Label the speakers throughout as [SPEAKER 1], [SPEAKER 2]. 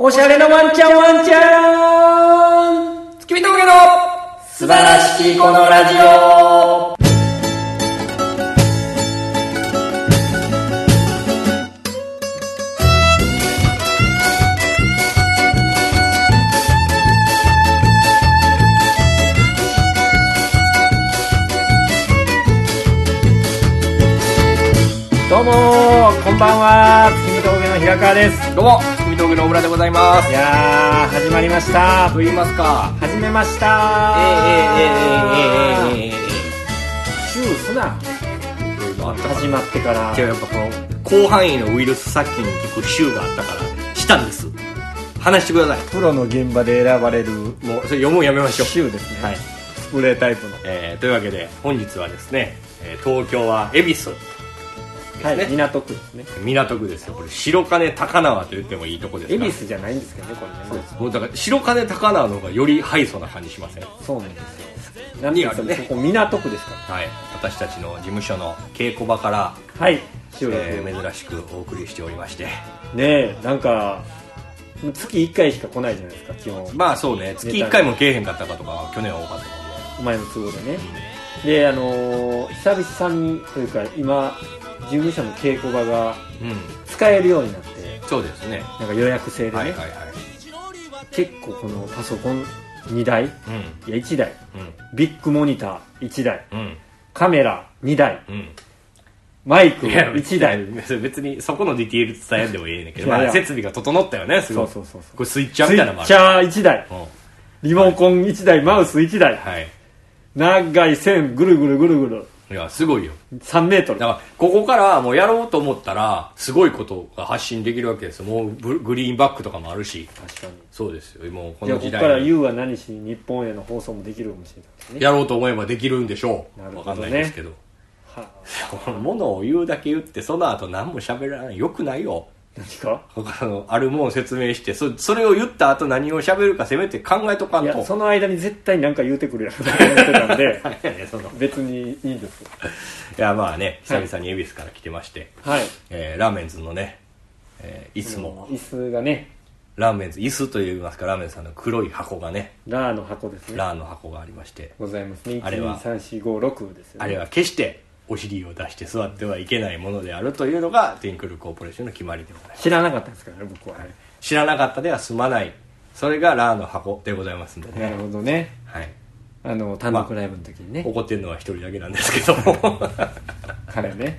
[SPEAKER 1] おしゃれなワンちゃんワンちゃん月見峠の
[SPEAKER 2] 素晴らしきこのラジオ
[SPEAKER 1] どうもこんばんは月見峠の平川です
[SPEAKER 2] どうも月見峠の小倉でございます
[SPEAKER 1] いやー始まりました
[SPEAKER 2] と言いますか
[SPEAKER 1] 始めました
[SPEAKER 2] えええええええええええええええ
[SPEAKER 1] シューすな
[SPEAKER 2] えいろいろあったか
[SPEAKER 1] 始まってから
[SPEAKER 2] らけどやっぱこの広範囲のウイルス殺菌に効く臭があったからしたんです話してください
[SPEAKER 1] プロの現場で選ばれる
[SPEAKER 2] もうそれ読むのやめましょう
[SPEAKER 1] シューですね
[SPEAKER 2] はい、
[SPEAKER 1] スプレータイプの
[SPEAKER 2] えーというわけで本日はですねえー東京は恵比寿
[SPEAKER 1] はい港区ですね
[SPEAKER 2] 港区ですよこれ白金高輪と言ってもいいとこです
[SPEAKER 1] 恵
[SPEAKER 2] が
[SPEAKER 1] 比寿じゃないんですけどねこれね
[SPEAKER 2] そうですもうだから白金高輪の方がよりハイソな感じしません
[SPEAKER 1] そうなんですよなんて言っても
[SPEAKER 2] リアルね
[SPEAKER 1] ここ港区ですか
[SPEAKER 2] はい、私たちの事務所の稽古場から、
[SPEAKER 1] らはい収録、
[SPEAKER 2] えー珍しくお送りしておりまして
[SPEAKER 1] ねえなんか月1回しか来ないじゃないですか基本
[SPEAKER 2] まあそうね月1回もけえへんかったかとかは去年は多かったもん
[SPEAKER 1] お前の都合でねであのー久々にというか今事務所の稽古場が
[SPEAKER 2] ね
[SPEAKER 1] 使えるようになって
[SPEAKER 2] うんそうですね
[SPEAKER 1] なんか予約制でね、
[SPEAKER 2] はいはいはい
[SPEAKER 1] 結構このパソコン2台い
[SPEAKER 2] うん
[SPEAKER 1] や1台
[SPEAKER 2] うん
[SPEAKER 1] ビッグモニター1台
[SPEAKER 2] うん
[SPEAKER 1] カメラ2台
[SPEAKER 2] うん
[SPEAKER 1] マイク
[SPEAKER 2] いや
[SPEAKER 1] 1台
[SPEAKER 2] 別に別にそこのディティール伝えんでもいいねんけ
[SPEAKER 1] い
[SPEAKER 2] ど
[SPEAKER 1] やいや
[SPEAKER 2] まあ設備が整ったよねす
[SPEAKER 1] そ
[SPEAKER 2] ご
[SPEAKER 1] う
[SPEAKER 2] い
[SPEAKER 1] そうそうそう
[SPEAKER 2] これスイッチャー
[SPEAKER 1] ス
[SPEAKER 2] み
[SPEAKER 1] イ
[SPEAKER 2] たいなのも
[SPEAKER 1] ッ
[SPEAKER 2] あ
[SPEAKER 1] チ
[SPEAKER 2] る
[SPEAKER 1] ャー1台
[SPEAKER 2] うん
[SPEAKER 1] リモコン1台マウス1台
[SPEAKER 2] はい
[SPEAKER 1] 長い線ぐるぐるぐるぐる
[SPEAKER 2] いやすごいよ
[SPEAKER 1] 3メートル
[SPEAKER 2] だからここからもうやろうと思ったらすごいことが発信できるわけですよもうブグリーンバックとかもあるし
[SPEAKER 1] 確かに
[SPEAKER 2] そうですよもうこ
[SPEAKER 1] じゃ
[SPEAKER 2] の
[SPEAKER 1] あこ
[SPEAKER 2] 時
[SPEAKER 1] こから
[SPEAKER 2] 代に
[SPEAKER 1] YOU は何しに日本への放送もできるかもしれないですね
[SPEAKER 2] やろうと思えばできるんでしょう
[SPEAKER 1] な
[SPEAKER 2] わ
[SPEAKER 1] るほどね
[SPEAKER 2] かんないですけど
[SPEAKER 1] は
[SPEAKER 2] このものを言うだけ言ってその後何も喋らないよくないよ
[SPEAKER 1] 何か
[SPEAKER 2] 他のあるもんを説明してそそれを言った後何を喋るかせめて考えとか
[SPEAKER 1] い
[SPEAKER 2] ん
[SPEAKER 1] や
[SPEAKER 2] と
[SPEAKER 1] その間に絶対何か言うてくるやろうと思ってたんで
[SPEAKER 2] いやいやそのい
[SPEAKER 1] 別にいいんです
[SPEAKER 2] やまあね久々に恵比寿から来てまして、
[SPEAKER 1] はい
[SPEAKER 2] えーラーメンズのね、えー、いつも
[SPEAKER 1] 椅子がね
[SPEAKER 2] ラーメンズ椅子といいますかラーメンズさんの黒い箱がね
[SPEAKER 1] ラーの箱ですね
[SPEAKER 2] ラーの箱がありまして
[SPEAKER 1] ございますね
[SPEAKER 2] あれは
[SPEAKER 1] 123456ですよ
[SPEAKER 2] あ
[SPEAKER 1] ね
[SPEAKER 2] れは決してお尻を出して座ってはいけないものであるというのがティンクルコーポレーションの決まりでございます
[SPEAKER 1] 知らなかったですからね僕はね
[SPEAKER 2] 知らなかったでは済まないそれがラーの箱でございますんで
[SPEAKER 1] な
[SPEAKER 2] ね、
[SPEAKER 1] るほどね
[SPEAKER 2] はい、
[SPEAKER 1] あの単独ライブの時にね
[SPEAKER 2] 怒ってるのは一人だけなんですけど
[SPEAKER 1] 彼ね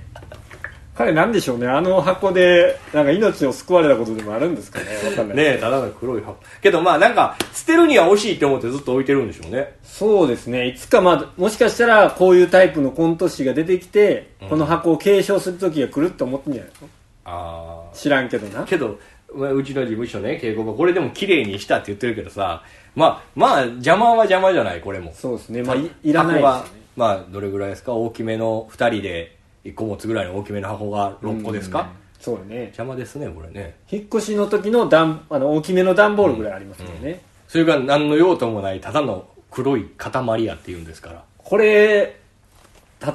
[SPEAKER 1] 彼なんでしょうねあの箱でなんか命を救われたことでもあるんですかねわかんない
[SPEAKER 2] ねえただの黒い箱けどまあなんか捨てるには惜しいって思ってずっと置いてるんでしょうね
[SPEAKER 1] そうですねいつかまあもしかしたらこういうタイプのコント師が出てきて、この箱を継承する時が来るって思ってんじゃないの
[SPEAKER 2] ああ
[SPEAKER 1] 知らんけどな
[SPEAKER 2] けど、まあうちの事務所ね稽古場これでも綺麗にしたって言ってるけどさまあまあ邪魔は邪魔じゃないこれも
[SPEAKER 1] そうですねまあいいらないで
[SPEAKER 2] 箱
[SPEAKER 1] すよ
[SPEAKER 2] は
[SPEAKER 1] ね
[SPEAKER 2] まあどれぐらいですか大きめの2人で1個持つぐらいの大きめの箱が6個ですか、
[SPEAKER 1] そうよね
[SPEAKER 2] 邪魔ですねこれね
[SPEAKER 1] 引っ越しの時の段あの大きめの段ボールぐらいありますよね、
[SPEAKER 2] それが何の用途もないただの黒い塊やっていうんですから
[SPEAKER 1] これ例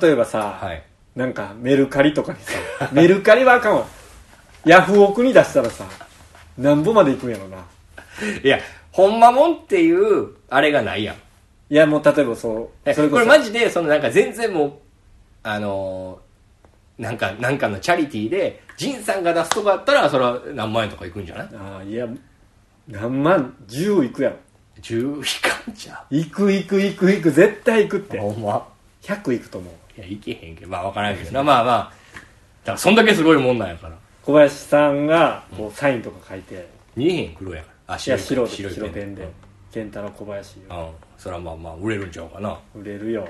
[SPEAKER 1] えばさ、
[SPEAKER 2] はい
[SPEAKER 1] なんかメルカリとかにさ メルカリはあかんわヤフオクに出したらさなんぼまでいくんやろない
[SPEAKER 2] やほんまもんっていうあれがないやん
[SPEAKER 1] いやもう例えばそう
[SPEAKER 2] え
[SPEAKER 1] それ
[SPEAKER 2] こ
[SPEAKER 1] こ
[SPEAKER 2] れ
[SPEAKER 1] そ
[SPEAKER 2] マジでそのなんか全然もうあのーなんかなんかのチャリティーで仁さんが出すとかあったらそれは何万円とかいくんじゃない
[SPEAKER 1] ああいや何万10いくやろ
[SPEAKER 2] ?10 いかんじゃ
[SPEAKER 1] 行く行く行く行く絶対行くっ
[SPEAKER 2] ん
[SPEAKER 1] て
[SPEAKER 2] ほんま
[SPEAKER 1] 100行くと思う
[SPEAKER 2] いやいけへんけどまあ分からんけどなまあまあだからそんだけすごいもんなんやから
[SPEAKER 1] 小林さんがこうサインとか書いて、
[SPEAKER 2] 見えへん黒やからあ
[SPEAKER 1] いや白で
[SPEAKER 2] 白
[SPEAKER 1] 白
[SPEAKER 2] い
[SPEAKER 1] ペンで
[SPEAKER 2] うん
[SPEAKER 1] 「健太郎小林よ
[SPEAKER 2] うんそれはまあまあ売れるんちゃうかな
[SPEAKER 1] 売れるよ」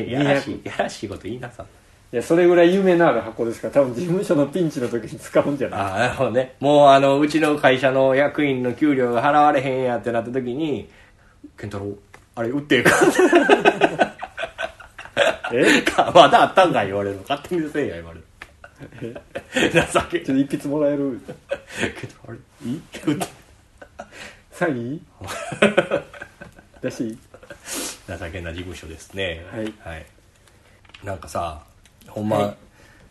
[SPEAKER 2] いやらし
[SPEAKER 1] 200
[SPEAKER 2] いやらしいこと言いなさん
[SPEAKER 1] いやそれぐらい夢のある箱ですから多分事務所のピンチの時に使うんじゃない
[SPEAKER 2] ああなるほどねもうあのうちの会社の役員の給料が払われへんやってなった時に「健太郎あれ打ってえか」
[SPEAKER 1] え
[SPEAKER 2] かまだあったんかい言われるの勝手にせえや言われる情け
[SPEAKER 1] ちょっと一筆もらえる
[SPEAKER 2] けどあれいい打って
[SPEAKER 1] サインいいだし
[SPEAKER 2] 情けな事務所ですね
[SPEAKER 1] はい
[SPEAKER 2] なんかさほんま、
[SPEAKER 1] はい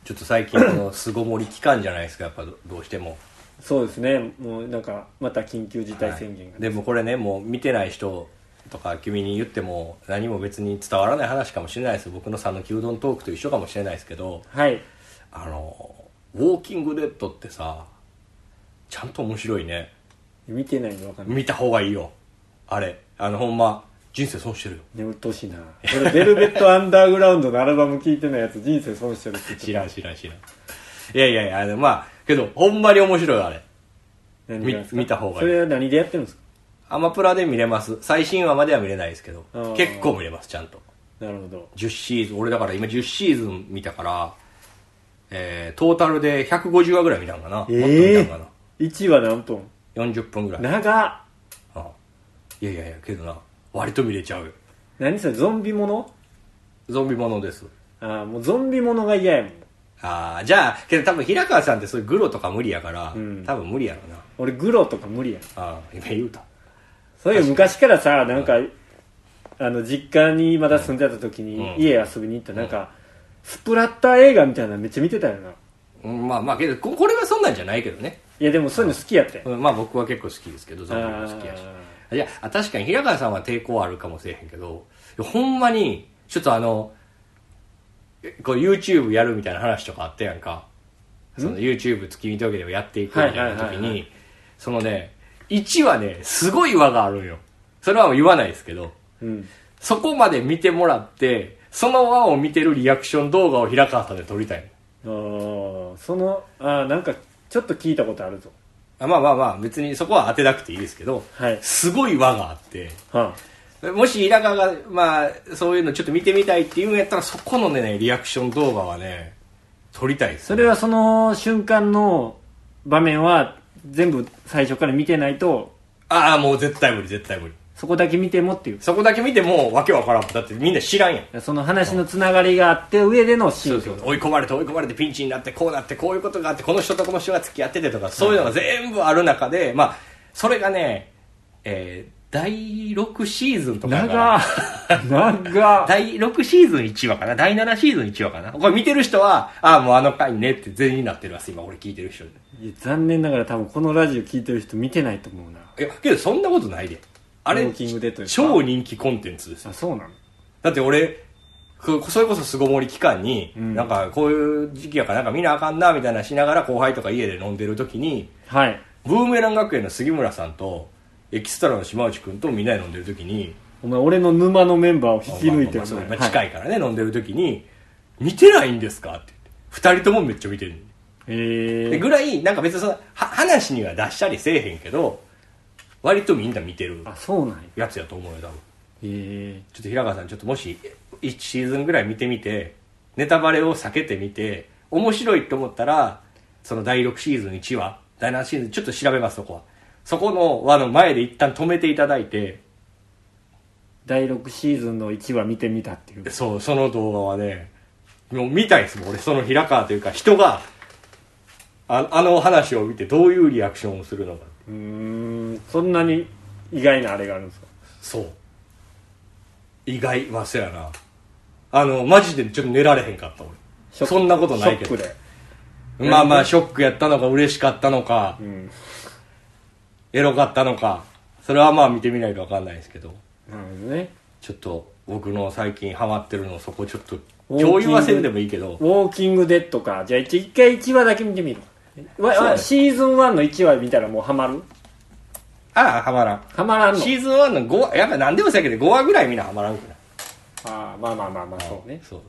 [SPEAKER 2] ちょっと最近この巣ごもり期間じゃないですかやっぱどどうしても
[SPEAKER 1] そうですねもうなんかまた緊急事態宣言が、
[SPEAKER 2] でもこれねもう見てない人とか君に言っても何も別に伝わらない話かもしれないです僕の讃岐うどんトークと一緒かもしれないですけど
[SPEAKER 1] はい
[SPEAKER 2] あのウォーキングデッドってさちゃんと面白いね
[SPEAKER 1] 見てないのわかんない
[SPEAKER 2] 見た方がいいよあれあのほんま人生損してるよ
[SPEAKER 1] 眠っとうしいな俺ベルベットアンダーグラウンドのアルバム聴いてないやつ人生損してるって言って
[SPEAKER 2] 知らん知らん知らんいやいやいやあのまあけどほんまに面白いあれ
[SPEAKER 1] 何がですか
[SPEAKER 2] 見見た方がいい
[SPEAKER 1] それは何でやってるんですか
[SPEAKER 2] アマプラで見れます最新話までは見れないですけど
[SPEAKER 1] あー
[SPEAKER 2] 結構見れますちゃんと
[SPEAKER 1] なるほど
[SPEAKER 2] 10シーズン俺だから今10シーズン見たからえー、トータルで150話ぐらい見たんかな、もっと見たんかな
[SPEAKER 1] 1話何分
[SPEAKER 2] 40分ぐらい
[SPEAKER 1] 長っ
[SPEAKER 2] あいやいやいやけどな割と見れちゃうよ
[SPEAKER 1] 何それゾンビもの
[SPEAKER 2] ゾンビものです
[SPEAKER 1] ああもうゾンビものが嫌やもん
[SPEAKER 2] ああじゃあけど多分平川さんってそういうグロとか無理やから、
[SPEAKER 1] ん
[SPEAKER 2] 多分無理やろな
[SPEAKER 1] 俺グロとか無理やん
[SPEAKER 2] ああ今言うた
[SPEAKER 1] そういう昔からさなんか、あの実家にまだ住んでた時に
[SPEAKER 2] うん
[SPEAKER 1] 家遊びに行ったなんか、スプラッター映画みたいなのめっちゃ見てたよな
[SPEAKER 2] うんまあまあけどここれはそんなんじゃないけどね、
[SPEAKER 1] いやでもそういうの好きやったよ、
[SPEAKER 2] うんまあ僕は結構好きですけどゾンビも好きやしいやあ確かに平川さんは抵抗あるかもしれへんけどいやほんまにちょっとあのえこう YouTube やるみたいな話とかあったやんかその YouTube 月見峠でもやっていくみたいな
[SPEAKER 1] はいはい
[SPEAKER 2] 時
[SPEAKER 1] はいは
[SPEAKER 2] にそのね1はねすごい輪があるんよそれはもう言わないですけど
[SPEAKER 1] うん
[SPEAKER 2] そこまで見てもらってその輪を見てるリアクション動画を平川さんで撮りたいの
[SPEAKER 1] あーそのあーなんかちょっと聞いたことあるぞ
[SPEAKER 2] あまあまあまあ別にそこは当てなくていいですけど、
[SPEAKER 1] はい
[SPEAKER 2] すごい輪があって
[SPEAKER 1] は
[SPEAKER 2] もし平川が、まあ、そういうのちょっと見てみたいっていうんやったらそこのねリアクション動画はね撮りたいです
[SPEAKER 1] それはその瞬間の場面は全部最初から見てないと
[SPEAKER 2] ああもう絶対無理絶対無理
[SPEAKER 1] そこだけ見てもっていう
[SPEAKER 2] そこだけ見てもわけわからんだってみんな知らんやん
[SPEAKER 1] その話のつながりがあって上でのシーンってこと
[SPEAKER 2] 追い込まれて追い込まれてピンチになってこうなってこういうことがあってこの人とこの人が付き合っててとかそういうのが全部ある中で、まあそれがね、えー第6シーズンとかやから
[SPEAKER 1] 長っ長っ
[SPEAKER 2] 第6シーズン1話かな第7シーズン1話かなこれ見てる人は、ああ、もうあの回ねって全員になってるわ、今俺聞いてる人で。
[SPEAKER 1] いや残念ながら多分このラジオ聞いてる人見てないと思うない
[SPEAKER 2] や、けどそんなことないで。あ
[SPEAKER 1] ウ
[SPEAKER 2] れ
[SPEAKER 1] ォー、キングデッドですか
[SPEAKER 2] 超人気コンテンツですよ。
[SPEAKER 1] あそうなの
[SPEAKER 2] だって俺、こそれこそ巣ごもり期間に、なんかこういう時期やからなんか見なあかんなみたいなしながら後輩とか家で飲んでる時に、
[SPEAKER 1] はい
[SPEAKER 2] ブーメラン学園の杉村さんと、エキストラの島内くんとみんなで飲んでる時に、
[SPEAKER 1] お前俺の沼のメンバーを引き抜いてる
[SPEAKER 2] まあまあまあそうまあ
[SPEAKER 1] はい
[SPEAKER 2] 近いからね、飲んでる時に、見てないんですかって言って。二人ともめっちゃ見てるの
[SPEAKER 1] え
[SPEAKER 2] で
[SPEAKER 1] え
[SPEAKER 2] ぐらいなんか別にそのは話には出したりせえへんけど割とみんな見てる
[SPEAKER 1] あそうなんや
[SPEAKER 2] やつやと思うよ多分
[SPEAKER 1] え
[SPEAKER 2] ちょっと平川さんちょっともし1シーズンぐらい見てみてネタバレを避けてみて面白いと思ったらその第6シーズン1話第7シーズンちょっと調べますそこはそこの輪の前で一旦止めていただいて
[SPEAKER 1] え第6シーズンの1話見てみたっていう
[SPEAKER 2] そうその動画はねもう見たいですもん俺その平川というか人がああの話を見てどういうリアクションをするのか
[SPEAKER 1] うーんそんなに意外なあれがあるんですか
[SPEAKER 2] そう意外はせやなあのマジでちょっと寝られへんかった
[SPEAKER 1] ショ
[SPEAKER 2] 俺
[SPEAKER 1] ック
[SPEAKER 2] そんなことないけ
[SPEAKER 1] ショッ
[SPEAKER 2] ど
[SPEAKER 1] クで
[SPEAKER 2] まあまあショックやったのか嬉しかったのか、
[SPEAKER 1] ん
[SPEAKER 2] エロかったのかそれはまあ見てみないと分かんないですけど
[SPEAKER 1] なるほどね
[SPEAKER 2] ちょっと僕の最近ハマってるのそこちょっと
[SPEAKER 1] ウォーキング
[SPEAKER 2] 共有はせんでもいいけど
[SPEAKER 1] ウォーキングデッドかじゃあ一一回1話だけ見てみるわ
[SPEAKER 2] そうだ
[SPEAKER 1] わ
[SPEAKER 2] ね
[SPEAKER 1] シーズン1の1話見たらもうハマる
[SPEAKER 2] ああハマらん
[SPEAKER 1] ハマらんの
[SPEAKER 2] シーズン1の5話やっぱ何でもそうやけど5話ぐらいみんなハマらんくない
[SPEAKER 1] ああまあまあまあまあそうね
[SPEAKER 2] そう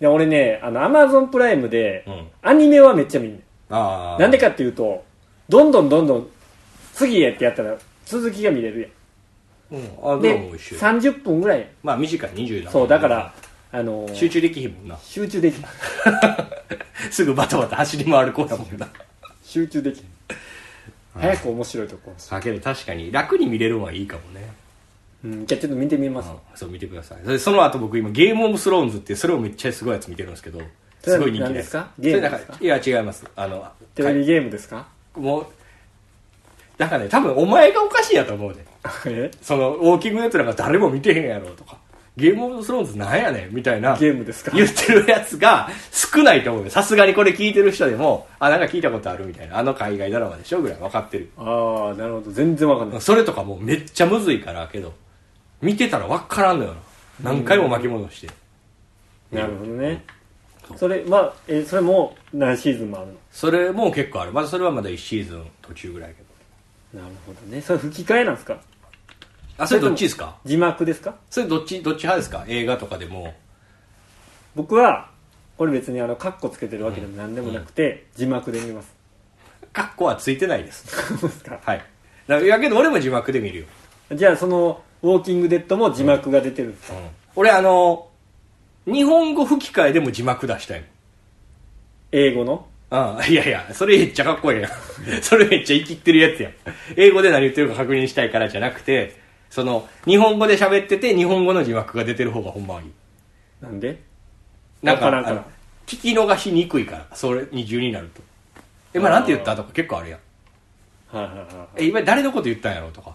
[SPEAKER 1] で俺ねあのアマゾンプライムで、
[SPEAKER 2] うん
[SPEAKER 1] アニメはめっちゃ見んねん
[SPEAKER 2] ああ
[SPEAKER 1] なんでかっていうとどんどんどんどん次へってやったら続きが見れる
[SPEAKER 2] うん
[SPEAKER 1] や
[SPEAKER 2] あ
[SPEAKER 1] ん
[SPEAKER 2] で
[SPEAKER 1] で
[SPEAKER 2] も一緒や
[SPEAKER 1] 30分ぐらいやん
[SPEAKER 2] まあ短い27
[SPEAKER 1] そうだからあのー
[SPEAKER 2] 集中できひんもんな
[SPEAKER 1] 集中できない
[SPEAKER 2] すぐバタバタ走り回る子だもんな。
[SPEAKER 1] 集中できない早く面白いとこ、
[SPEAKER 2] あけど確かに楽に見れるのはいいかもね。
[SPEAKER 1] うん、じゃあちょっと見てみます
[SPEAKER 2] そう見てください。それその後僕今ゲームオブスローンズっていうそれをめっちゃすごいやつ見てるんですけど、
[SPEAKER 1] それ
[SPEAKER 2] す
[SPEAKER 1] は
[SPEAKER 2] ごい人気
[SPEAKER 1] 何
[SPEAKER 2] で。
[SPEAKER 1] ですすか
[SPEAKER 2] それ
[SPEAKER 1] ゲーム
[SPEAKER 2] な
[SPEAKER 1] で
[SPEAKER 2] ん
[SPEAKER 1] すか
[SPEAKER 2] かいや違います。あの、
[SPEAKER 1] テレビゲームですか
[SPEAKER 2] かもう、だからね、多分お前がおかしいやと思うで。
[SPEAKER 1] え
[SPEAKER 2] その、ウォーキングのやつなんか誰も見てへんやろとか。ゲームオブスローンズなんやねんみたいな
[SPEAKER 1] ゲームですか
[SPEAKER 2] 言ってるやつが少ないと思うよさすがにこれ聞いてる人でもあなんか聞いたことあるみたいなあの海外ドラマでしょぐらい分かってる
[SPEAKER 1] ああなるほど全然わかんない
[SPEAKER 2] それとかもうめっちゃむずいからけど見てたら分からんのよな何回も巻き戻して
[SPEAKER 1] なるほどねそれまあえそれも何シーズンもある
[SPEAKER 2] それも結構あるまだそれはまだ1シーズン途中ぐらいやけど
[SPEAKER 1] のなるほどねそれ吹き替えなんですか
[SPEAKER 2] あそれどっちですか
[SPEAKER 1] 字幕ですか
[SPEAKER 2] それどっちどっち派ですか映画とかでも
[SPEAKER 1] 僕はこれ別にあのカッコつけてるわけでも何でもなくて、字幕で見ます
[SPEAKER 2] カッコはついてないです
[SPEAKER 1] そうですか
[SPEAKER 2] はいだいやけど俺も字幕で見るよ、
[SPEAKER 1] じゃあその「ウォーキングデッド」も字幕が出てるんです
[SPEAKER 2] う
[SPEAKER 1] か、
[SPEAKER 2] ん、俺あの日本語吹き替えでも字幕出したいもん
[SPEAKER 1] 英語の
[SPEAKER 2] ああいやいや、それめっちゃかっこいいやん。 それめっちゃ生きってるやつやん。英語で何言ってるか確認したいからじゃなくて、その、日本語で喋ってて、日本語の字幕が出てる方がほんまはいい。
[SPEAKER 1] なんで
[SPEAKER 2] なんか、
[SPEAKER 1] わからんから
[SPEAKER 2] あの聞き逃しにくいから、それ、二重になると。え、まあ
[SPEAKER 1] あー
[SPEAKER 2] なんて言ったとか結構あるやん。
[SPEAKER 1] はいはいはい
[SPEAKER 2] え、今誰のこと言ったんやろとか。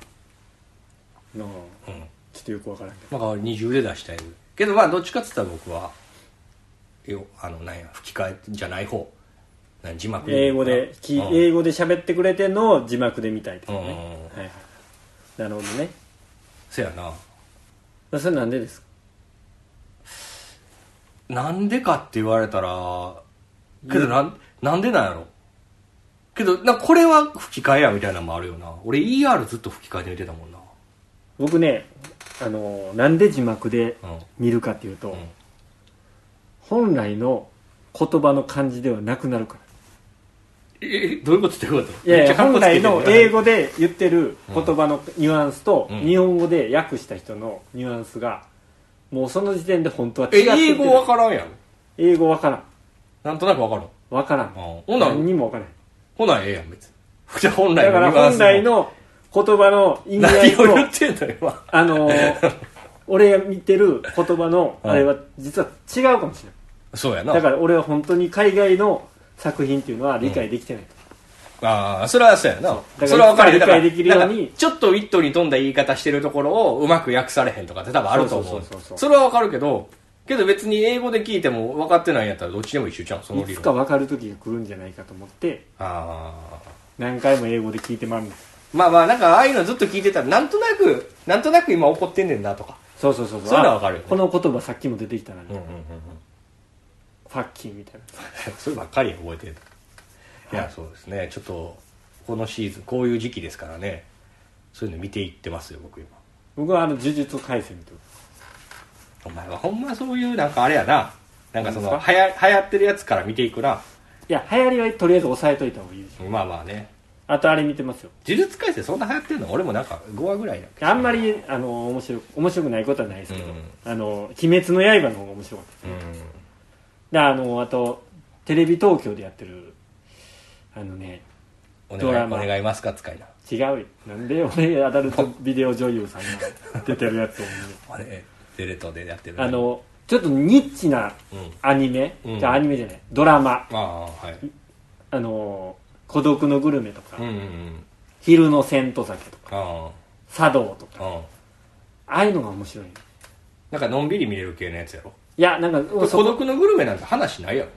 [SPEAKER 1] の
[SPEAKER 2] うん。
[SPEAKER 1] ちょっとよくわからんけ
[SPEAKER 2] まあ二重で出したい。けどまあ、どっちかって言ったら僕は、よ、あの、なんや、吹き替えじゃない方。なん字幕
[SPEAKER 1] ど英語でき
[SPEAKER 2] うん
[SPEAKER 1] 英語で喋ってくれてんのを字幕で見たいってこと
[SPEAKER 2] うんうんうん
[SPEAKER 1] ね、はいはい、なるほどね
[SPEAKER 2] せやな。
[SPEAKER 1] それなんでですか
[SPEAKER 2] なんでかって言われたら、けどなん、なんでなんやろけど、な、これは吹き替えやみたいなのもあるよな。俺 ER ずっと吹き替えで見てたもんな。
[SPEAKER 1] 僕ねあのなんで字幕で
[SPEAKER 2] うん。
[SPEAKER 1] 見るかっていうと、
[SPEAKER 2] うん
[SPEAKER 1] 本来の言葉の感じではなくなるから
[SPEAKER 2] え、どういうことってこと
[SPEAKER 1] いやいや本来の英
[SPEAKER 2] 語。
[SPEAKER 1] 語で言ってる言葉のニュアンスと、
[SPEAKER 2] うん
[SPEAKER 1] 日本語で訳した人のニュアンスがもうその時点で本当は違
[SPEAKER 2] え、
[SPEAKER 1] ってる
[SPEAKER 2] 英語わからんやろ
[SPEAKER 1] 英語わからん
[SPEAKER 2] なんとなくわかる。
[SPEAKER 1] わからん
[SPEAKER 2] うんほな
[SPEAKER 1] 何にもわからん
[SPEAKER 2] ほなええやん、別に。 じゃあ本来
[SPEAKER 1] だか
[SPEAKER 2] の
[SPEAKER 1] ら
[SPEAKER 2] ニュアン
[SPEAKER 1] 本
[SPEAKER 2] ス
[SPEAKER 1] 来の言葉の意味合い
[SPEAKER 2] 何を言っ
[SPEAKER 1] と
[SPEAKER 2] てんの今。
[SPEAKER 1] あのー俺が見てる言葉の
[SPEAKER 2] うん
[SPEAKER 1] あれは実は違うかもしれない
[SPEAKER 2] そうやな。
[SPEAKER 1] だから俺は本当に海外の作品っていうのは理解できてない、
[SPEAKER 2] ああ、それはそうやな。
[SPEAKER 1] から
[SPEAKER 2] それは分かるよ。
[SPEAKER 1] 理
[SPEAKER 2] だ
[SPEAKER 1] 解
[SPEAKER 2] から、
[SPEAKER 1] できるように
[SPEAKER 2] なんかちょっとウィットに富んだ言い方してるところをうまく訳されへんとかって多分あると思
[SPEAKER 1] そう
[SPEAKER 2] う
[SPEAKER 1] そうそうそ。う
[SPEAKER 2] それは分かるけど、けど別に英語で聞いても分かってないんやったらどっちでも一緒じゃん、その
[SPEAKER 1] い
[SPEAKER 2] 理
[SPEAKER 1] つか
[SPEAKER 2] 論。
[SPEAKER 1] 分かる時が来るんじゃないかと思って
[SPEAKER 2] ああ。
[SPEAKER 1] 何回も英語で聞いてまんねん
[SPEAKER 2] まあまあ、なんかああいうのずっと聞いてたら、なんとなく、なんとなく今怒ってんねんなとか。
[SPEAKER 1] そうそうそう
[SPEAKER 2] そういうのはわかるよね
[SPEAKER 1] この言葉さっきも出てきたな、ファッキーみたい
[SPEAKER 2] そればっかりや覚えてる。いや、そうですね。ちょっと、このシーズン、こういう時期ですからね。そういうの見ていってますよ、僕今。
[SPEAKER 1] な僕はあの呪術廻戦と
[SPEAKER 2] お前はほんまそういうなんかあれやななんかその
[SPEAKER 1] 何で
[SPEAKER 2] はや流行ってるやつから見ていくない
[SPEAKER 1] や流行りはとりあえず押さえといた方がいいでしょ
[SPEAKER 2] まあまあね
[SPEAKER 1] あとあれ見てますよ
[SPEAKER 2] 呪術改正そんな流行ってるの俺もなんか5話ぐらいだけど
[SPEAKER 1] あんまりあの面白く面白くないことはないですけど
[SPEAKER 2] うん
[SPEAKER 1] 「あの鬼滅の刃」の方が面白かったです
[SPEAKER 2] う
[SPEAKER 1] であのあとテレビ東京でやってるあのね
[SPEAKER 2] んお
[SPEAKER 1] ド
[SPEAKER 2] 願
[SPEAKER 1] ラ
[SPEAKER 2] い
[SPEAKER 1] マ
[SPEAKER 2] お願いますか使いな
[SPEAKER 1] 違うよなんで俺アダ ルトビデオ女優さんが出てるやつを見る
[SPEAKER 2] あれデレトでやってる
[SPEAKER 1] あのちょっとニッチな
[SPEAKER 2] うん
[SPEAKER 1] アニメ、
[SPEAKER 2] うん
[SPEAKER 1] じゃあアニメじゃないドラマ
[SPEAKER 2] ああはい
[SPEAKER 1] あのー孤独のグルメとか、
[SPEAKER 2] うんうんうん
[SPEAKER 1] 昼の千と酒とか、
[SPEAKER 2] あ
[SPEAKER 1] 茶道と
[SPEAKER 2] あ
[SPEAKER 1] か、
[SPEAKER 2] うん
[SPEAKER 1] ああいうのが面白い。い
[SPEAKER 2] なんかのんびり見れる系のやつやろ
[SPEAKER 1] や、なんか、うんそこ
[SPEAKER 2] 孤独のグルメなんて話ないやろ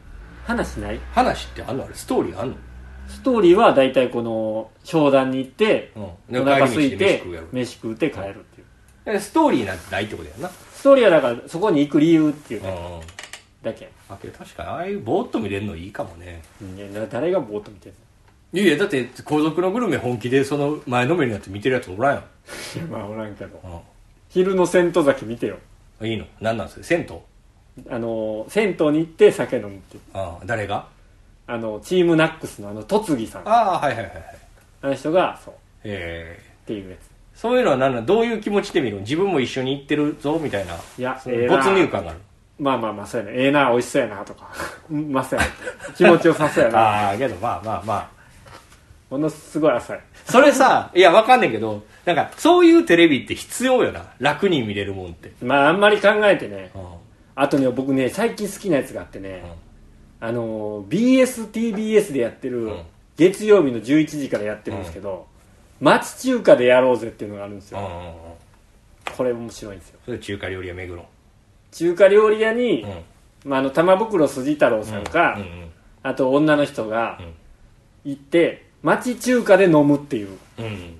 [SPEAKER 1] 話ない
[SPEAKER 2] 話ってあんのあれストーリーあんの
[SPEAKER 1] ストーリーは大体この、商談に行って、
[SPEAKER 2] うんで
[SPEAKER 1] お腹空い
[SPEAKER 2] 帰り道で
[SPEAKER 1] て
[SPEAKER 2] 飯食うやろ、
[SPEAKER 1] 飯食うて帰るっていう。
[SPEAKER 2] えストーリーなんてないってことやな
[SPEAKER 1] ストーリーはだから、そこに行く理由っていう
[SPEAKER 2] うんうん
[SPEAKER 1] だけ。
[SPEAKER 2] あけど確かにああいうぼーっと見れるのいいかもね
[SPEAKER 1] いやだ誰がぼーっと見てる
[SPEAKER 2] いやいやだって「皇族のグルメ」本気でその前のめりになって見てるやつおらんよ、
[SPEAKER 1] のいや、まあおらんけど。昼の千と酒見てよ。
[SPEAKER 2] いいの何なんそれ銭湯
[SPEAKER 1] あのー、銭湯に行って酒飲むっていう。
[SPEAKER 2] ああ誰が
[SPEAKER 1] あの、チームナックスのあの、とつぎさん。あ
[SPEAKER 2] ああはいはいはいはい
[SPEAKER 1] の人が、そう、っ
[SPEAKER 2] ええ
[SPEAKER 1] ていうやつ。
[SPEAKER 2] そういうのは何なんどういう気持ちで見るの自分も一緒に行ってるぞみたいない
[SPEAKER 1] や、
[SPEAKER 2] 没
[SPEAKER 1] ええな
[SPEAKER 2] 入感がある
[SPEAKER 1] まあまあまあそうやねええな美味しそうやなとか うんまあそうやな気持ちよさそうやな
[SPEAKER 2] ああけどまあまあまあ
[SPEAKER 1] ものすごい浅い
[SPEAKER 2] それさいやわかんねんけどなんかそういうテレビって必要よな楽に見れるもんって、
[SPEAKER 1] まああんまり考えてね
[SPEAKER 2] うん、
[SPEAKER 1] あとね僕ね最近好きなやつがあってね、あのー BSTBS でやってる、
[SPEAKER 2] うん
[SPEAKER 1] 月曜日の11時からやってるんですけど、町中華でやろうぜっていうのがあるんです
[SPEAKER 2] う
[SPEAKER 1] よ、
[SPEAKER 2] んうんうん
[SPEAKER 1] これ面白いんですよ
[SPEAKER 2] それ中華料理屋巡ろ
[SPEAKER 1] 中華料理屋に、
[SPEAKER 2] う、うん、
[SPEAKER 1] まあ、あの玉袋筋太郎さんか、
[SPEAKER 2] うんうん
[SPEAKER 1] あと女の人が
[SPEAKER 2] うん
[SPEAKER 1] 行って町中華で飲むっていう
[SPEAKER 2] うんうん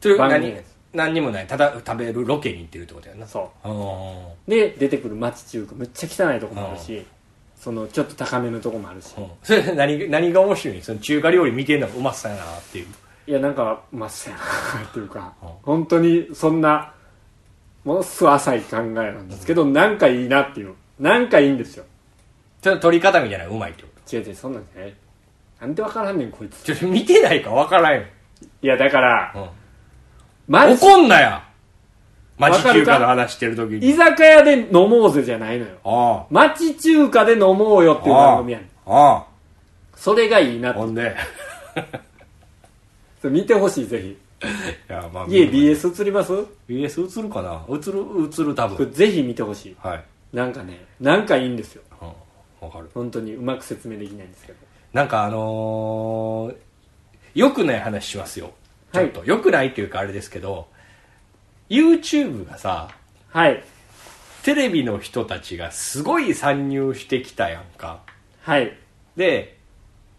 [SPEAKER 2] それ
[SPEAKER 1] 番組
[SPEAKER 2] 何何にもないただ食べるロケに行ってるってことやんな
[SPEAKER 1] そ
[SPEAKER 2] あー
[SPEAKER 1] うで出てくる町中華めっちゃ汚いとこもあるし、そのちょっと高めのとこもあるし、
[SPEAKER 2] うんそれ何何が面白いんその中華料理見てんのがうまそうやなっていう
[SPEAKER 1] いやなんかまっせやなっていう か、
[SPEAKER 2] うん
[SPEAKER 1] 本当にそんなものすごい浅い考えなんですけど、なんかいいなっていうなんかいいんですよ
[SPEAKER 2] その取り方みたいなのがうまいってこ
[SPEAKER 1] 違う違うそんなんじゃないなんでわからんねんこいつ
[SPEAKER 2] とちょ見てないか分からんよ、
[SPEAKER 1] いやだから
[SPEAKER 2] うん
[SPEAKER 1] まず
[SPEAKER 2] 怒んなや
[SPEAKER 1] わ
[SPEAKER 2] 町
[SPEAKER 1] かる
[SPEAKER 2] 中
[SPEAKER 1] か
[SPEAKER 2] 華の話してる時
[SPEAKER 1] 居
[SPEAKER 2] に
[SPEAKER 1] 酒屋で飲もうぜじゃないのよ
[SPEAKER 2] あ
[SPEAKER 1] 町中華で飲もうよっていう番組やねん
[SPEAKER 2] ああ
[SPEAKER 1] それがいいな
[SPEAKER 2] あ
[SPEAKER 1] って
[SPEAKER 2] ほんで
[SPEAKER 1] それ見てほしいぜひ
[SPEAKER 2] いやまあ
[SPEAKER 1] 家 BS 映りますこ
[SPEAKER 2] BS 映るかな映る映る多
[SPEAKER 1] れ
[SPEAKER 2] 分
[SPEAKER 1] ぜひ見てほしい
[SPEAKER 2] はい、
[SPEAKER 1] なんかねなんかいいんですよ
[SPEAKER 2] うん、分かる
[SPEAKER 1] 本当にうまく説明できないんですけど
[SPEAKER 2] なんかあのー、よくない話しますよち
[SPEAKER 1] は
[SPEAKER 2] ょ
[SPEAKER 1] い
[SPEAKER 2] っと、よくないっていうかあれですけど YouTube がさ
[SPEAKER 1] はい
[SPEAKER 2] テレビの人たちがすごい参入してきたやんか
[SPEAKER 1] はい
[SPEAKER 2] で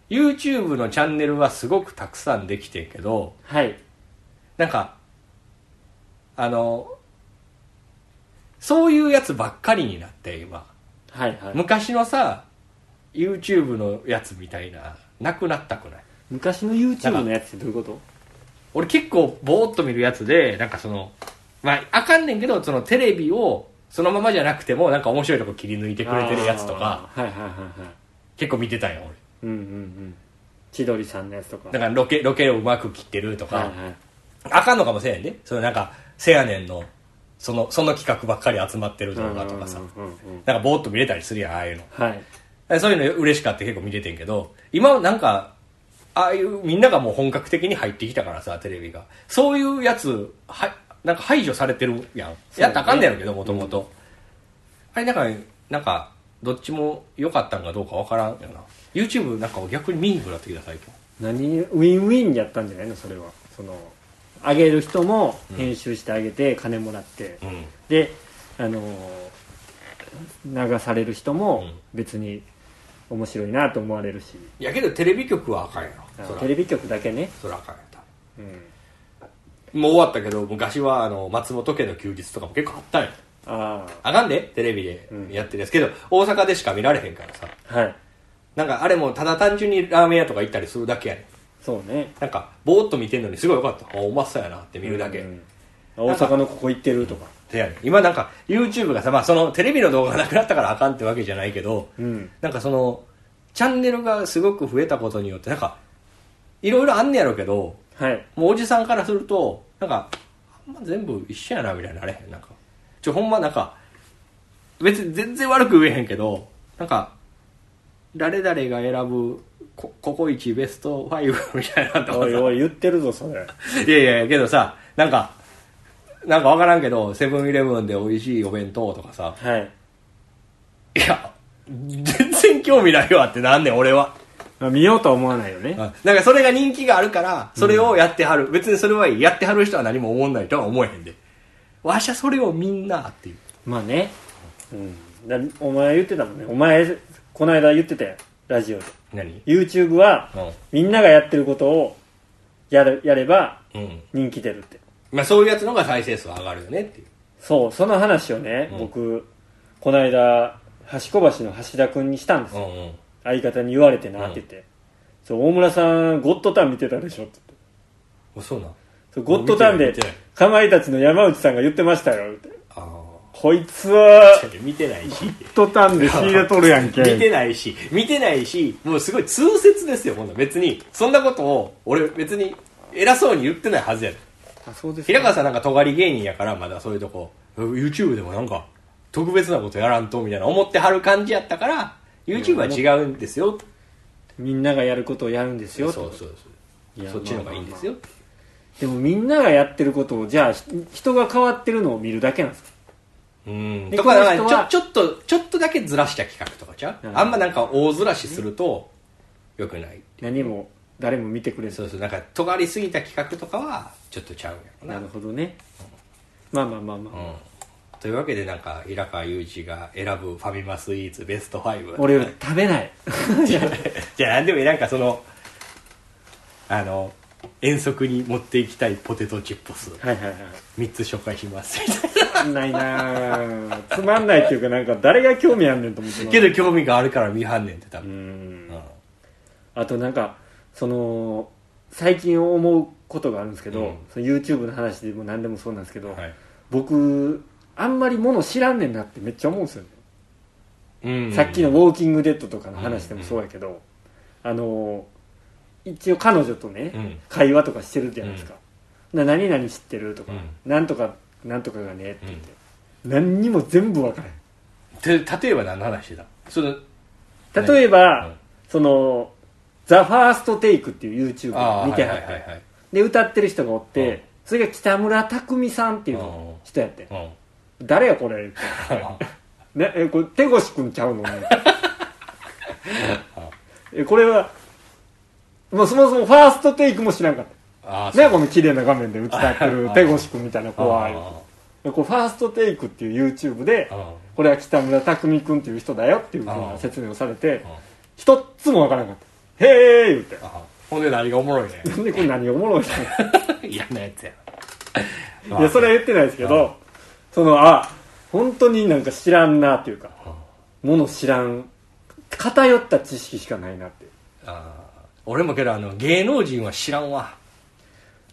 [SPEAKER 2] YouTube のチャンネルはすごくたくさんできてんけど
[SPEAKER 1] はい
[SPEAKER 2] なんかあのそういうやつばっかりになって今
[SPEAKER 1] はいはい
[SPEAKER 2] 昔のさ YouTube のやつみたいななくなったくない
[SPEAKER 1] 昔の YouTube のやつってどういうこと
[SPEAKER 2] 俺結構ぼーっと見るやつでなんかそのまああかんねんけどそのテレビをそのままじゃなくてもなんか面白いとこ切り抜いてくれてるやつとか
[SPEAKER 1] あーはいはいはいはい
[SPEAKER 2] 結構見てたんよ俺
[SPEAKER 1] うんうんうん千鳥さんのやつとか
[SPEAKER 2] だからロケロケをうまく切ってるとか、
[SPEAKER 1] はいはい
[SPEAKER 2] あかんのかもしれんねそのなんかせやねんのそのその企画ばっかり集まってる動画とかさ、
[SPEAKER 1] うんうんうんうん
[SPEAKER 2] なんかぼーっと見れたりするやんああいうの
[SPEAKER 1] はい
[SPEAKER 2] えそういうの嬉しかって結構見ててんけど今なんかああいうみんながもう本格的に入ってきたからさテレビがそういうやつはなんか排除されてるやん、やったらあかんねやろけどもともとあれなんかなんかどっちも良かったんかどうかわからんよな YouTube なんか逆に見にくくなってきた最近
[SPEAKER 1] 何ウィンウィンやったんじゃないのそれはそのあげる人も編集してあげて金もらって、
[SPEAKER 2] うん
[SPEAKER 1] であのー流される人も
[SPEAKER 2] うん
[SPEAKER 1] 別に面白いなと思われるし、
[SPEAKER 2] いやけどテレビ局はあかんやろ
[SPEAKER 1] あ
[SPEAKER 2] そ
[SPEAKER 1] テ
[SPEAKER 2] ら
[SPEAKER 1] レビ局だけね、
[SPEAKER 2] そらあかんやった
[SPEAKER 1] うん、
[SPEAKER 2] もう終わったけど昔はあの松本家の休日とかも結構あったんや
[SPEAKER 1] あ
[SPEAKER 2] あかんでテレビでやってるやつけど、大阪でしか見られへんからさ
[SPEAKER 1] あはい
[SPEAKER 2] なんかあれもただ単純にラーメン屋とか行ったりするだけやね
[SPEAKER 1] そうね
[SPEAKER 2] んなんかぼーっと見てんのにすごいよかったあうまそうやなって見るだけ、
[SPEAKER 1] うん大阪のここ行ってるとか
[SPEAKER 2] てやねん今なんか YouTube がさ、まあ、そのテレビの動画がなくなったからあかんってわけじゃないけど、
[SPEAKER 1] うん
[SPEAKER 2] なんかそのチャンネルがすごく増えたことによってなんかいろいろあんねやろうけど
[SPEAKER 1] はい
[SPEAKER 2] もうおじさんからするとなんかあんま全部一緒やなみたいになれへんなんかちょほんまなんか別に全然悪く言えへんけどなんか誰々が選ぶこココイチベスト5みた いな と
[SPEAKER 1] おい
[SPEAKER 2] か
[SPEAKER 1] おい言ってるぞそれ
[SPEAKER 2] さいやいやいやけどさなんかなんかわからんけどセブンイレブンで美味しいお弁当とかさ
[SPEAKER 1] はい
[SPEAKER 2] いや全然興味ないわってなんねん俺は
[SPEAKER 1] まあ見ようとは思わないよね
[SPEAKER 2] なんかそれが人気があるから、それをやってはる。別にそれはいい。やってはる人は何も思わないとは思えへんで。わしはそれをみんなっていう。
[SPEAKER 1] まあね、うん、だお前言ってたもんねお前この間言ってたよラジオで
[SPEAKER 2] 何
[SPEAKER 1] YouTube は、みんながやってることをやるやれば
[SPEAKER 2] うん。
[SPEAKER 1] 人気出るって
[SPEAKER 2] まあそういうやつの方が再生数は上がるよねっていう。
[SPEAKER 1] そうその話をね、僕この間橋小橋の橋田君にしたんですよ、
[SPEAKER 2] んうん。
[SPEAKER 1] 相方に言われてなって言って、そう大村さん「ゴッドタン」見てたでしょって言って
[SPEAKER 2] あそうなん。
[SPEAKER 1] そうゴッドタンで
[SPEAKER 2] 見てない見てない
[SPEAKER 1] かまいたちの山内さんが言ってましたよって
[SPEAKER 2] あ
[SPEAKER 1] こいつは
[SPEAKER 2] あ。見てない し。
[SPEAKER 1] ゴッドタンで仕入れとるやんけ
[SPEAKER 2] 見てないし、見てないし、もうすごい通説ですよ、ほんなら別に。そんなことを、俺別に偉そうに言ってないはずやで。
[SPEAKER 1] あそうです
[SPEAKER 2] 平川さんなんか尖り芸人やからまだそういうとこ YouTube でもなんか特別なことやらんとみたいな思ってはる感じやったから YouTube は違うんですよ
[SPEAKER 1] みんながやることをやるんですよって
[SPEAKER 2] そうそう
[SPEAKER 1] い
[SPEAKER 2] そう
[SPEAKER 1] や
[SPEAKER 2] そっちの方がいいんですよ、
[SPEAKER 1] でもみんながやってることをじゃあひ人が変わってるのを見るだけなんですか
[SPEAKER 2] うん
[SPEAKER 1] で
[SPEAKER 2] とかなん
[SPEAKER 1] この
[SPEAKER 2] か
[SPEAKER 1] 人は
[SPEAKER 2] ちょちょっとちょっとだけずらした企画とかちゃう、
[SPEAKER 1] うん
[SPEAKER 2] あんまなんか大ずらしするとよくない
[SPEAKER 1] 何も誰も見てくれず
[SPEAKER 2] そうそうなんか尖りすぎた企画とかはちょっとちゃうんやろな
[SPEAKER 1] なるほどねまあまあまあまあ、
[SPEAKER 2] うんというわけでなんか平川祐一が選ぶファミマスイーツベスト5
[SPEAKER 1] 俺より食べないいや
[SPEAKER 2] じゃあ何でもいいなんかそのあの遠足に持っていきたいポテトチップス
[SPEAKER 1] はいはいは
[SPEAKER 2] 3つ紹介し ますみたいない
[SPEAKER 1] ないなあつまんないっていうかなんか誰が興味あんねんと思ってます
[SPEAKER 2] けど興味があるから見はんねんって多
[SPEAKER 1] うん
[SPEAKER 2] 分、うん
[SPEAKER 1] あとなんかその最近思うことがあるんですけど、
[SPEAKER 2] うん
[SPEAKER 1] その YouTube の話でも何でもそうなんですけど、
[SPEAKER 2] はい
[SPEAKER 1] 僕あんまりもの知らんねんなってめっちゃ思うんですよね、
[SPEAKER 2] うん
[SPEAKER 1] さっきの「ウォーキング・デッド」とかの話でもそうやけど、あの一応彼女とね、
[SPEAKER 2] うん
[SPEAKER 1] 会話とかしてるじゃないですか「な何々知ってる?」とか、
[SPEAKER 2] うん
[SPEAKER 1] なんとかなんとかがね」って言って、何にも全部分からへ
[SPEAKER 2] て例えば何の話してたその
[SPEAKER 1] ん例えば、
[SPEAKER 2] うん
[SPEAKER 1] その「ザ・ファーストテイクっていう YouTube
[SPEAKER 2] あ
[SPEAKER 1] を
[SPEAKER 2] ー
[SPEAKER 1] 見ては
[SPEAKER 2] は
[SPEAKER 1] っ
[SPEAKER 2] い
[SPEAKER 1] て、
[SPEAKER 2] はいはいはい
[SPEAKER 1] で歌ってる人がおって、
[SPEAKER 2] うん
[SPEAKER 1] それが北村匠海さんっていう人やって、
[SPEAKER 2] うん
[SPEAKER 1] 誰やこれってね、えこれ手越くんちゃ うのえこれはもうそもそもファーストテイクも知らんかっ
[SPEAKER 2] あ
[SPEAKER 1] た
[SPEAKER 2] ー
[SPEAKER 1] ねこの綺麗な画面で映ってる手越くんみたいな子
[SPEAKER 2] あ
[SPEAKER 1] は
[SPEAKER 2] ー
[SPEAKER 1] でこうファーストテイクっていう YouTube で
[SPEAKER 2] あー
[SPEAKER 1] これは北村匠海くんっていう人だよっていうふう
[SPEAKER 2] あ
[SPEAKER 1] な
[SPEAKER 2] ー
[SPEAKER 1] 説明をされて
[SPEAKER 2] あ
[SPEAKER 1] 一つもわからんかった「へえ」言うて
[SPEAKER 2] ーあーほんで何がおもろいね
[SPEAKER 1] なんでこれ何おも ろいの
[SPEAKER 2] 嫌なやつや
[SPEAKER 1] いやそれは言ってないですけどそのあ本当になんか知らんなっていうかもの知らん偏った知識しかないなって
[SPEAKER 2] あー俺もけどあの芸能人は知らんわ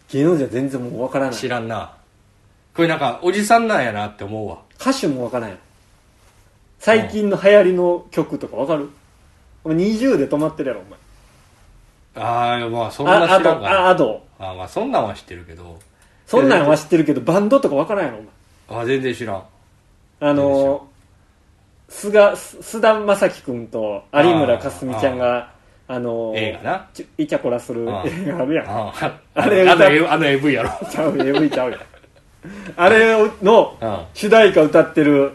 [SPEAKER 1] 芸能人は全然もう分からない
[SPEAKER 2] 知らんなこれなんかおじさんなんやなって思うわ
[SPEAKER 1] 歌手も分からない最近の流行りの曲とか分かるお前20で止まってるやろお
[SPEAKER 2] ああまあそん
[SPEAKER 1] 前あ
[SPEAKER 2] な
[SPEAKER 1] あ
[SPEAKER 2] 知らん
[SPEAKER 1] と
[SPEAKER 2] か
[SPEAKER 1] あ
[SPEAKER 2] ら
[SPEAKER 1] あと
[SPEAKER 2] あーまあそんなんは知ってるけど
[SPEAKER 1] そんなんは知ってるけどバンドとか分からんやろお前
[SPEAKER 2] あー全然知らん
[SPEAKER 1] あ
[SPEAKER 2] どうでし
[SPEAKER 1] の菅菅田将暉君と有村架純ちゃんがあの
[SPEAKER 2] 映画な
[SPEAKER 1] ちょイチャコラする映
[SPEAKER 2] ああ
[SPEAKER 1] 画あるやん
[SPEAKER 2] あー
[SPEAKER 1] あれ
[SPEAKER 2] あの AV あの AV やろ
[SPEAKER 1] ちゃうよ AV ちゃうよあれの
[SPEAKER 2] うん
[SPEAKER 1] 主題歌歌ってる
[SPEAKER 2] うん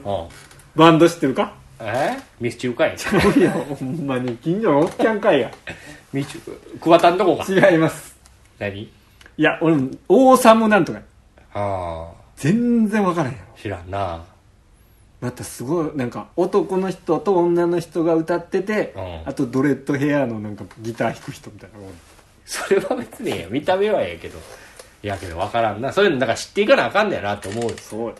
[SPEAKER 1] バンド知ってるか
[SPEAKER 2] えミスチューかい
[SPEAKER 1] いやほんまに近所のおっちゃんかいや
[SPEAKER 2] ミスチュー桑田んとこか
[SPEAKER 1] 違います
[SPEAKER 2] 何
[SPEAKER 1] いや俺もオーサムなんとか
[SPEAKER 2] あ
[SPEAKER 1] 全然分からへんやろ
[SPEAKER 2] あ知らんな
[SPEAKER 1] またすごいなんか男の人と女の人が歌ってて、
[SPEAKER 2] うん
[SPEAKER 1] あとドレッドヘアのなんかギター弾く人みたいな
[SPEAKER 2] それは別にええよ見た目はええけどいやけど分からんなそういうのなんか知っていかなあかんねやなって思うです
[SPEAKER 1] すごい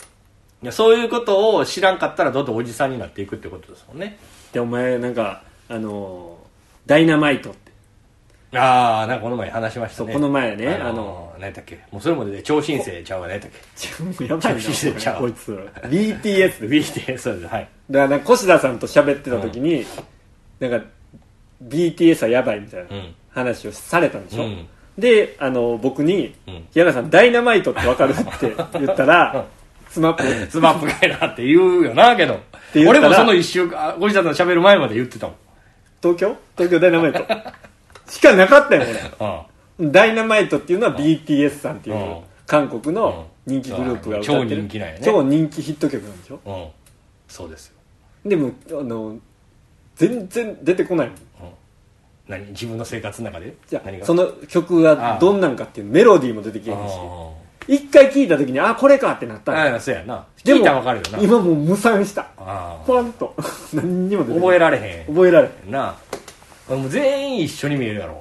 [SPEAKER 2] いやそういうことを知らんかったらどんどんおじさんになっていくってことですもんね
[SPEAKER 1] でお前なんかあのーダイナマイトって
[SPEAKER 2] ああなんかこの前話しました
[SPEAKER 1] そう
[SPEAKER 2] ね
[SPEAKER 1] この前ね
[SPEAKER 2] あ
[SPEAKER 1] あ
[SPEAKER 2] の
[SPEAKER 1] の
[SPEAKER 2] 何だっけもうそれもで超新星ちゃうわ何だっけ
[SPEAKER 1] ちょ やばいな
[SPEAKER 2] ちゃう
[SPEAKER 1] こいつ BTS で
[SPEAKER 2] BTS そうですはい
[SPEAKER 1] だからなんか越田さんと喋ってた時に、なんか BTS はやばいみたいな
[SPEAKER 2] うん
[SPEAKER 1] 話をされたんでしょ、
[SPEAKER 2] うん
[SPEAKER 1] であの僕に
[SPEAKER 2] うん
[SPEAKER 1] 「平川さんダイナマイトってわかる?」って言ったら「スマップ」っ
[SPEAKER 2] スマップかいなって言うよなけど
[SPEAKER 1] て言った
[SPEAKER 2] 俺
[SPEAKER 1] ら
[SPEAKER 2] もその一週間あごじさんと喋る前まで言ってたもん
[SPEAKER 1] 東京東京ダイナマイトしかなかったよ
[SPEAKER 2] うん
[SPEAKER 1] 俺ダイナマイトっていうのは BTS さんっていう
[SPEAKER 2] うん
[SPEAKER 1] 韓国の人気グループが歌ってる、
[SPEAKER 2] うん超人気なんやね
[SPEAKER 1] 超人気ヒット曲なんでしょ
[SPEAKER 2] うんそうですよ、
[SPEAKER 1] でもあの全然出てこないもん
[SPEAKER 2] うん、何自分の生活の中で
[SPEAKER 1] じゃ
[SPEAKER 2] 何
[SPEAKER 1] あ
[SPEAKER 2] が
[SPEAKER 1] その曲がどんなんかっていうメロディーも出てき
[SPEAKER 2] う
[SPEAKER 1] へ
[SPEAKER 2] ん
[SPEAKER 1] んし一回聞いた時にあこれかってなったの
[SPEAKER 2] ああそうやな聞いたらわかるよな
[SPEAKER 1] 今もう無賛した
[SPEAKER 2] ああ
[SPEAKER 1] ポンと 何にも出てこ
[SPEAKER 2] 覚
[SPEAKER 1] ない
[SPEAKER 2] えられへん
[SPEAKER 1] 覚えられへん
[SPEAKER 2] なあもう全員一緒に見えるやろ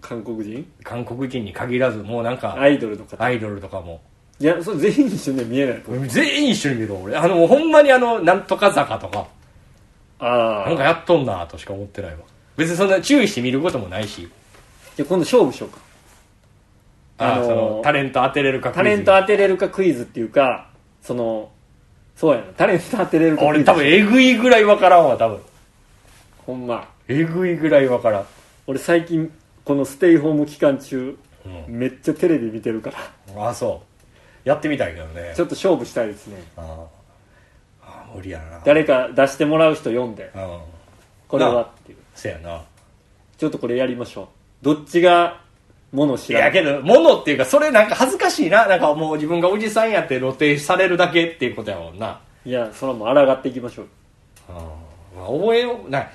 [SPEAKER 1] 韓国人
[SPEAKER 2] 韓国人に限らずもうなんか
[SPEAKER 1] アイドルの方
[SPEAKER 2] アイドルとかも
[SPEAKER 1] いやそれ全員一緒には見えない
[SPEAKER 2] 全員一緒に見るわ俺あのもうほんまにあのなんとか坂とか
[SPEAKER 1] あ
[SPEAKER 2] なんかやっとんなとしか思ってないわ別にそんな注意して見ることもないし
[SPEAKER 1] じゃあ今度勝負しようか
[SPEAKER 2] あ
[SPEAKER 1] あのー
[SPEAKER 2] そのタレント当てれるか
[SPEAKER 1] タレント当てれるかクイズっていうかそのそうやなタレント当てれるかクイズ
[SPEAKER 2] 俺多分えぐいぐらいわからんわ多分
[SPEAKER 1] ほんま
[SPEAKER 2] えぐいぐらいわからん
[SPEAKER 1] 俺最近このステイホーム期間中、
[SPEAKER 2] うん
[SPEAKER 1] めっちゃテレビ見てるから
[SPEAKER 2] ああそうやってみたいけどね
[SPEAKER 1] ちょっと勝負したいですね
[SPEAKER 2] ああああ無理やな
[SPEAKER 1] 誰か出してもらう人読んで
[SPEAKER 2] うん
[SPEAKER 1] これ
[SPEAKER 2] な
[SPEAKER 1] は
[SPEAKER 2] あ
[SPEAKER 1] っていう
[SPEAKER 2] せやな
[SPEAKER 1] ちょっとこれやりましょうどっちがもの
[SPEAKER 2] い
[SPEAKER 1] 知ら
[SPEAKER 2] や
[SPEAKER 1] ない
[SPEAKER 2] けど物っていうかそれなんか恥ずかしいななんかもう自分がおじさんやって露呈されるだけっていうことやもんない
[SPEAKER 1] やそれはもう抗っていきましょう
[SPEAKER 2] うんまあ覚えような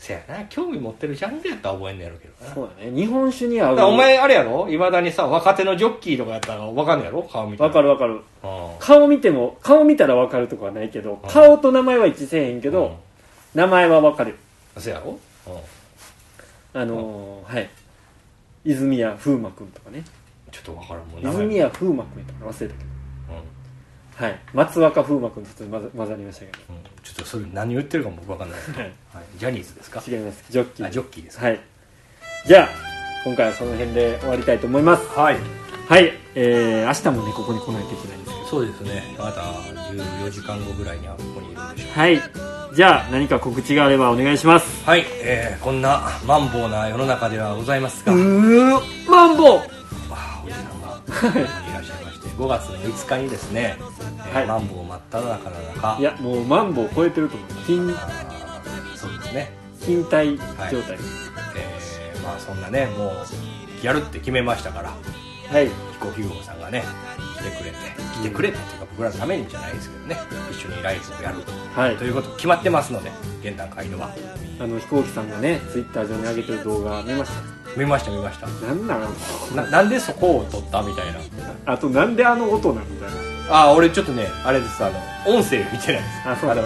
[SPEAKER 2] せやな興味持ってるジャンルやったら覚えんねやろうけどな
[SPEAKER 1] そうだね日本酒に合
[SPEAKER 2] だから
[SPEAKER 1] う
[SPEAKER 2] お前あれやろいまだにさ若手のジョッキーとかやったら分かんねやろ顔見た
[SPEAKER 1] わかるわかる
[SPEAKER 2] うん
[SPEAKER 1] 顔見ても顔見たらわかるとかはないけど顔と名前は一致せえへんけど、名前はわかる
[SPEAKER 2] うんせやろうん
[SPEAKER 1] あのーはい泉谷風磨君とかね
[SPEAKER 2] ちょっと分からんもん名前
[SPEAKER 1] 泉谷風磨君やったから忘れたけ
[SPEAKER 2] うんうん
[SPEAKER 1] どはい松若風磨君とちょっと混ざ混ざりましたけ
[SPEAKER 2] ちょっとそれ何言ってるかも僕分かんない
[SPEAKER 1] ど、はい、
[SPEAKER 2] はいジャニーズですか
[SPEAKER 1] 違いますジョッキ
[SPEAKER 2] あ
[SPEAKER 1] ー
[SPEAKER 2] ジョッキーですか
[SPEAKER 1] はいじゃあ今回はその辺で終わりたいと思います
[SPEAKER 2] はい
[SPEAKER 1] はいえー、明日もねここに来ないといけないんですけど
[SPEAKER 2] そうですねまだ14時間後ぐらいにはここにいるんでしょう
[SPEAKER 1] はいじゃあ何か告知があればお願いします
[SPEAKER 2] はい、えーこんなマンボウな世の中ではございますが、
[SPEAKER 1] ーマンボウ
[SPEAKER 2] あーおじさんがここにいらっしゃいまして5月の5日にですね、えー
[SPEAKER 1] はい
[SPEAKER 2] マンボウ真っ只中の中
[SPEAKER 1] いやもうマンボウ超えてると思う近
[SPEAKER 2] あーそうですね
[SPEAKER 1] 近体状態
[SPEAKER 2] えーまあそんなねもうやるって決めましたから
[SPEAKER 1] はい、
[SPEAKER 2] 飛行機号さんがね来てくれて来てくれてっていうか僕らのためにじゃないですけどね一緒にライブをやる
[SPEAKER 1] はい
[SPEAKER 2] ということ決まってますので現段階では
[SPEAKER 1] あの飛行機さんがねツイッター上に上げてる動画見まし
[SPEAKER 2] 見ました見ました
[SPEAKER 1] たなんなんあの
[SPEAKER 2] ななんでそこを撮ったみたいな
[SPEAKER 1] あとなんであの音なんみたい
[SPEAKER 2] ああ俺ちょっとねあれですあの音声見てないです
[SPEAKER 1] なあそうだ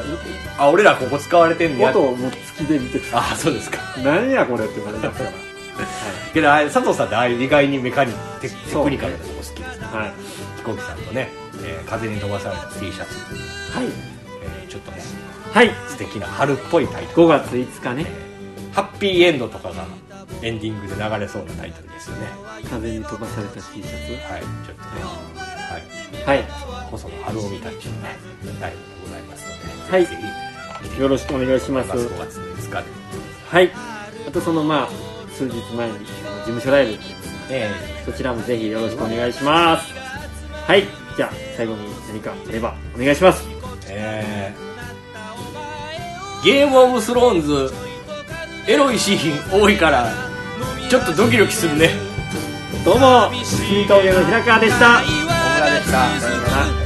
[SPEAKER 2] あ俺らここ使われてんねや
[SPEAKER 1] 音をもう月で見てた
[SPEAKER 2] ああそうですか
[SPEAKER 1] なんやこれってなりますから
[SPEAKER 2] けどあれ佐藤さんってああいう意外にメカニテクテ
[SPEAKER 1] そう
[SPEAKER 2] クニカルなとこ好きです、
[SPEAKER 1] はい
[SPEAKER 2] 飛行機さんとね、えー風に飛ばされた T シャツ、
[SPEAKER 1] はい
[SPEAKER 2] えーちょっとね
[SPEAKER 1] はい
[SPEAKER 2] 素敵な春っぽいタイトル
[SPEAKER 1] 5月5日ね
[SPEAKER 2] ハッピーエンドとかがエンディングで流れそうなタイトルですよね。
[SPEAKER 1] 風に飛ばされた T シャ
[SPEAKER 2] はい、ちょっとね、は
[SPEAKER 1] ツはい
[SPEAKER 2] い、細野晴臣たちのね、ライブでございますので、
[SPEAKER 1] はい
[SPEAKER 2] ぜひぜ
[SPEAKER 1] よろしくお願いしま
[SPEAKER 2] ひ、
[SPEAKER 1] す
[SPEAKER 2] まず5月5日で、
[SPEAKER 1] はいあとそのまあ数日前にあの事務所ライブやってます
[SPEAKER 2] え
[SPEAKER 1] そちらもぜひよろしくお願いしますはいじゃあ最後に何かあればお願いします
[SPEAKER 2] ーえーゲームオブスローンズ、エロいシーン多いから、ちょっとドキドキするね。
[SPEAKER 1] どうも、スキー峠の平川でした。
[SPEAKER 2] 小村でした。さようなら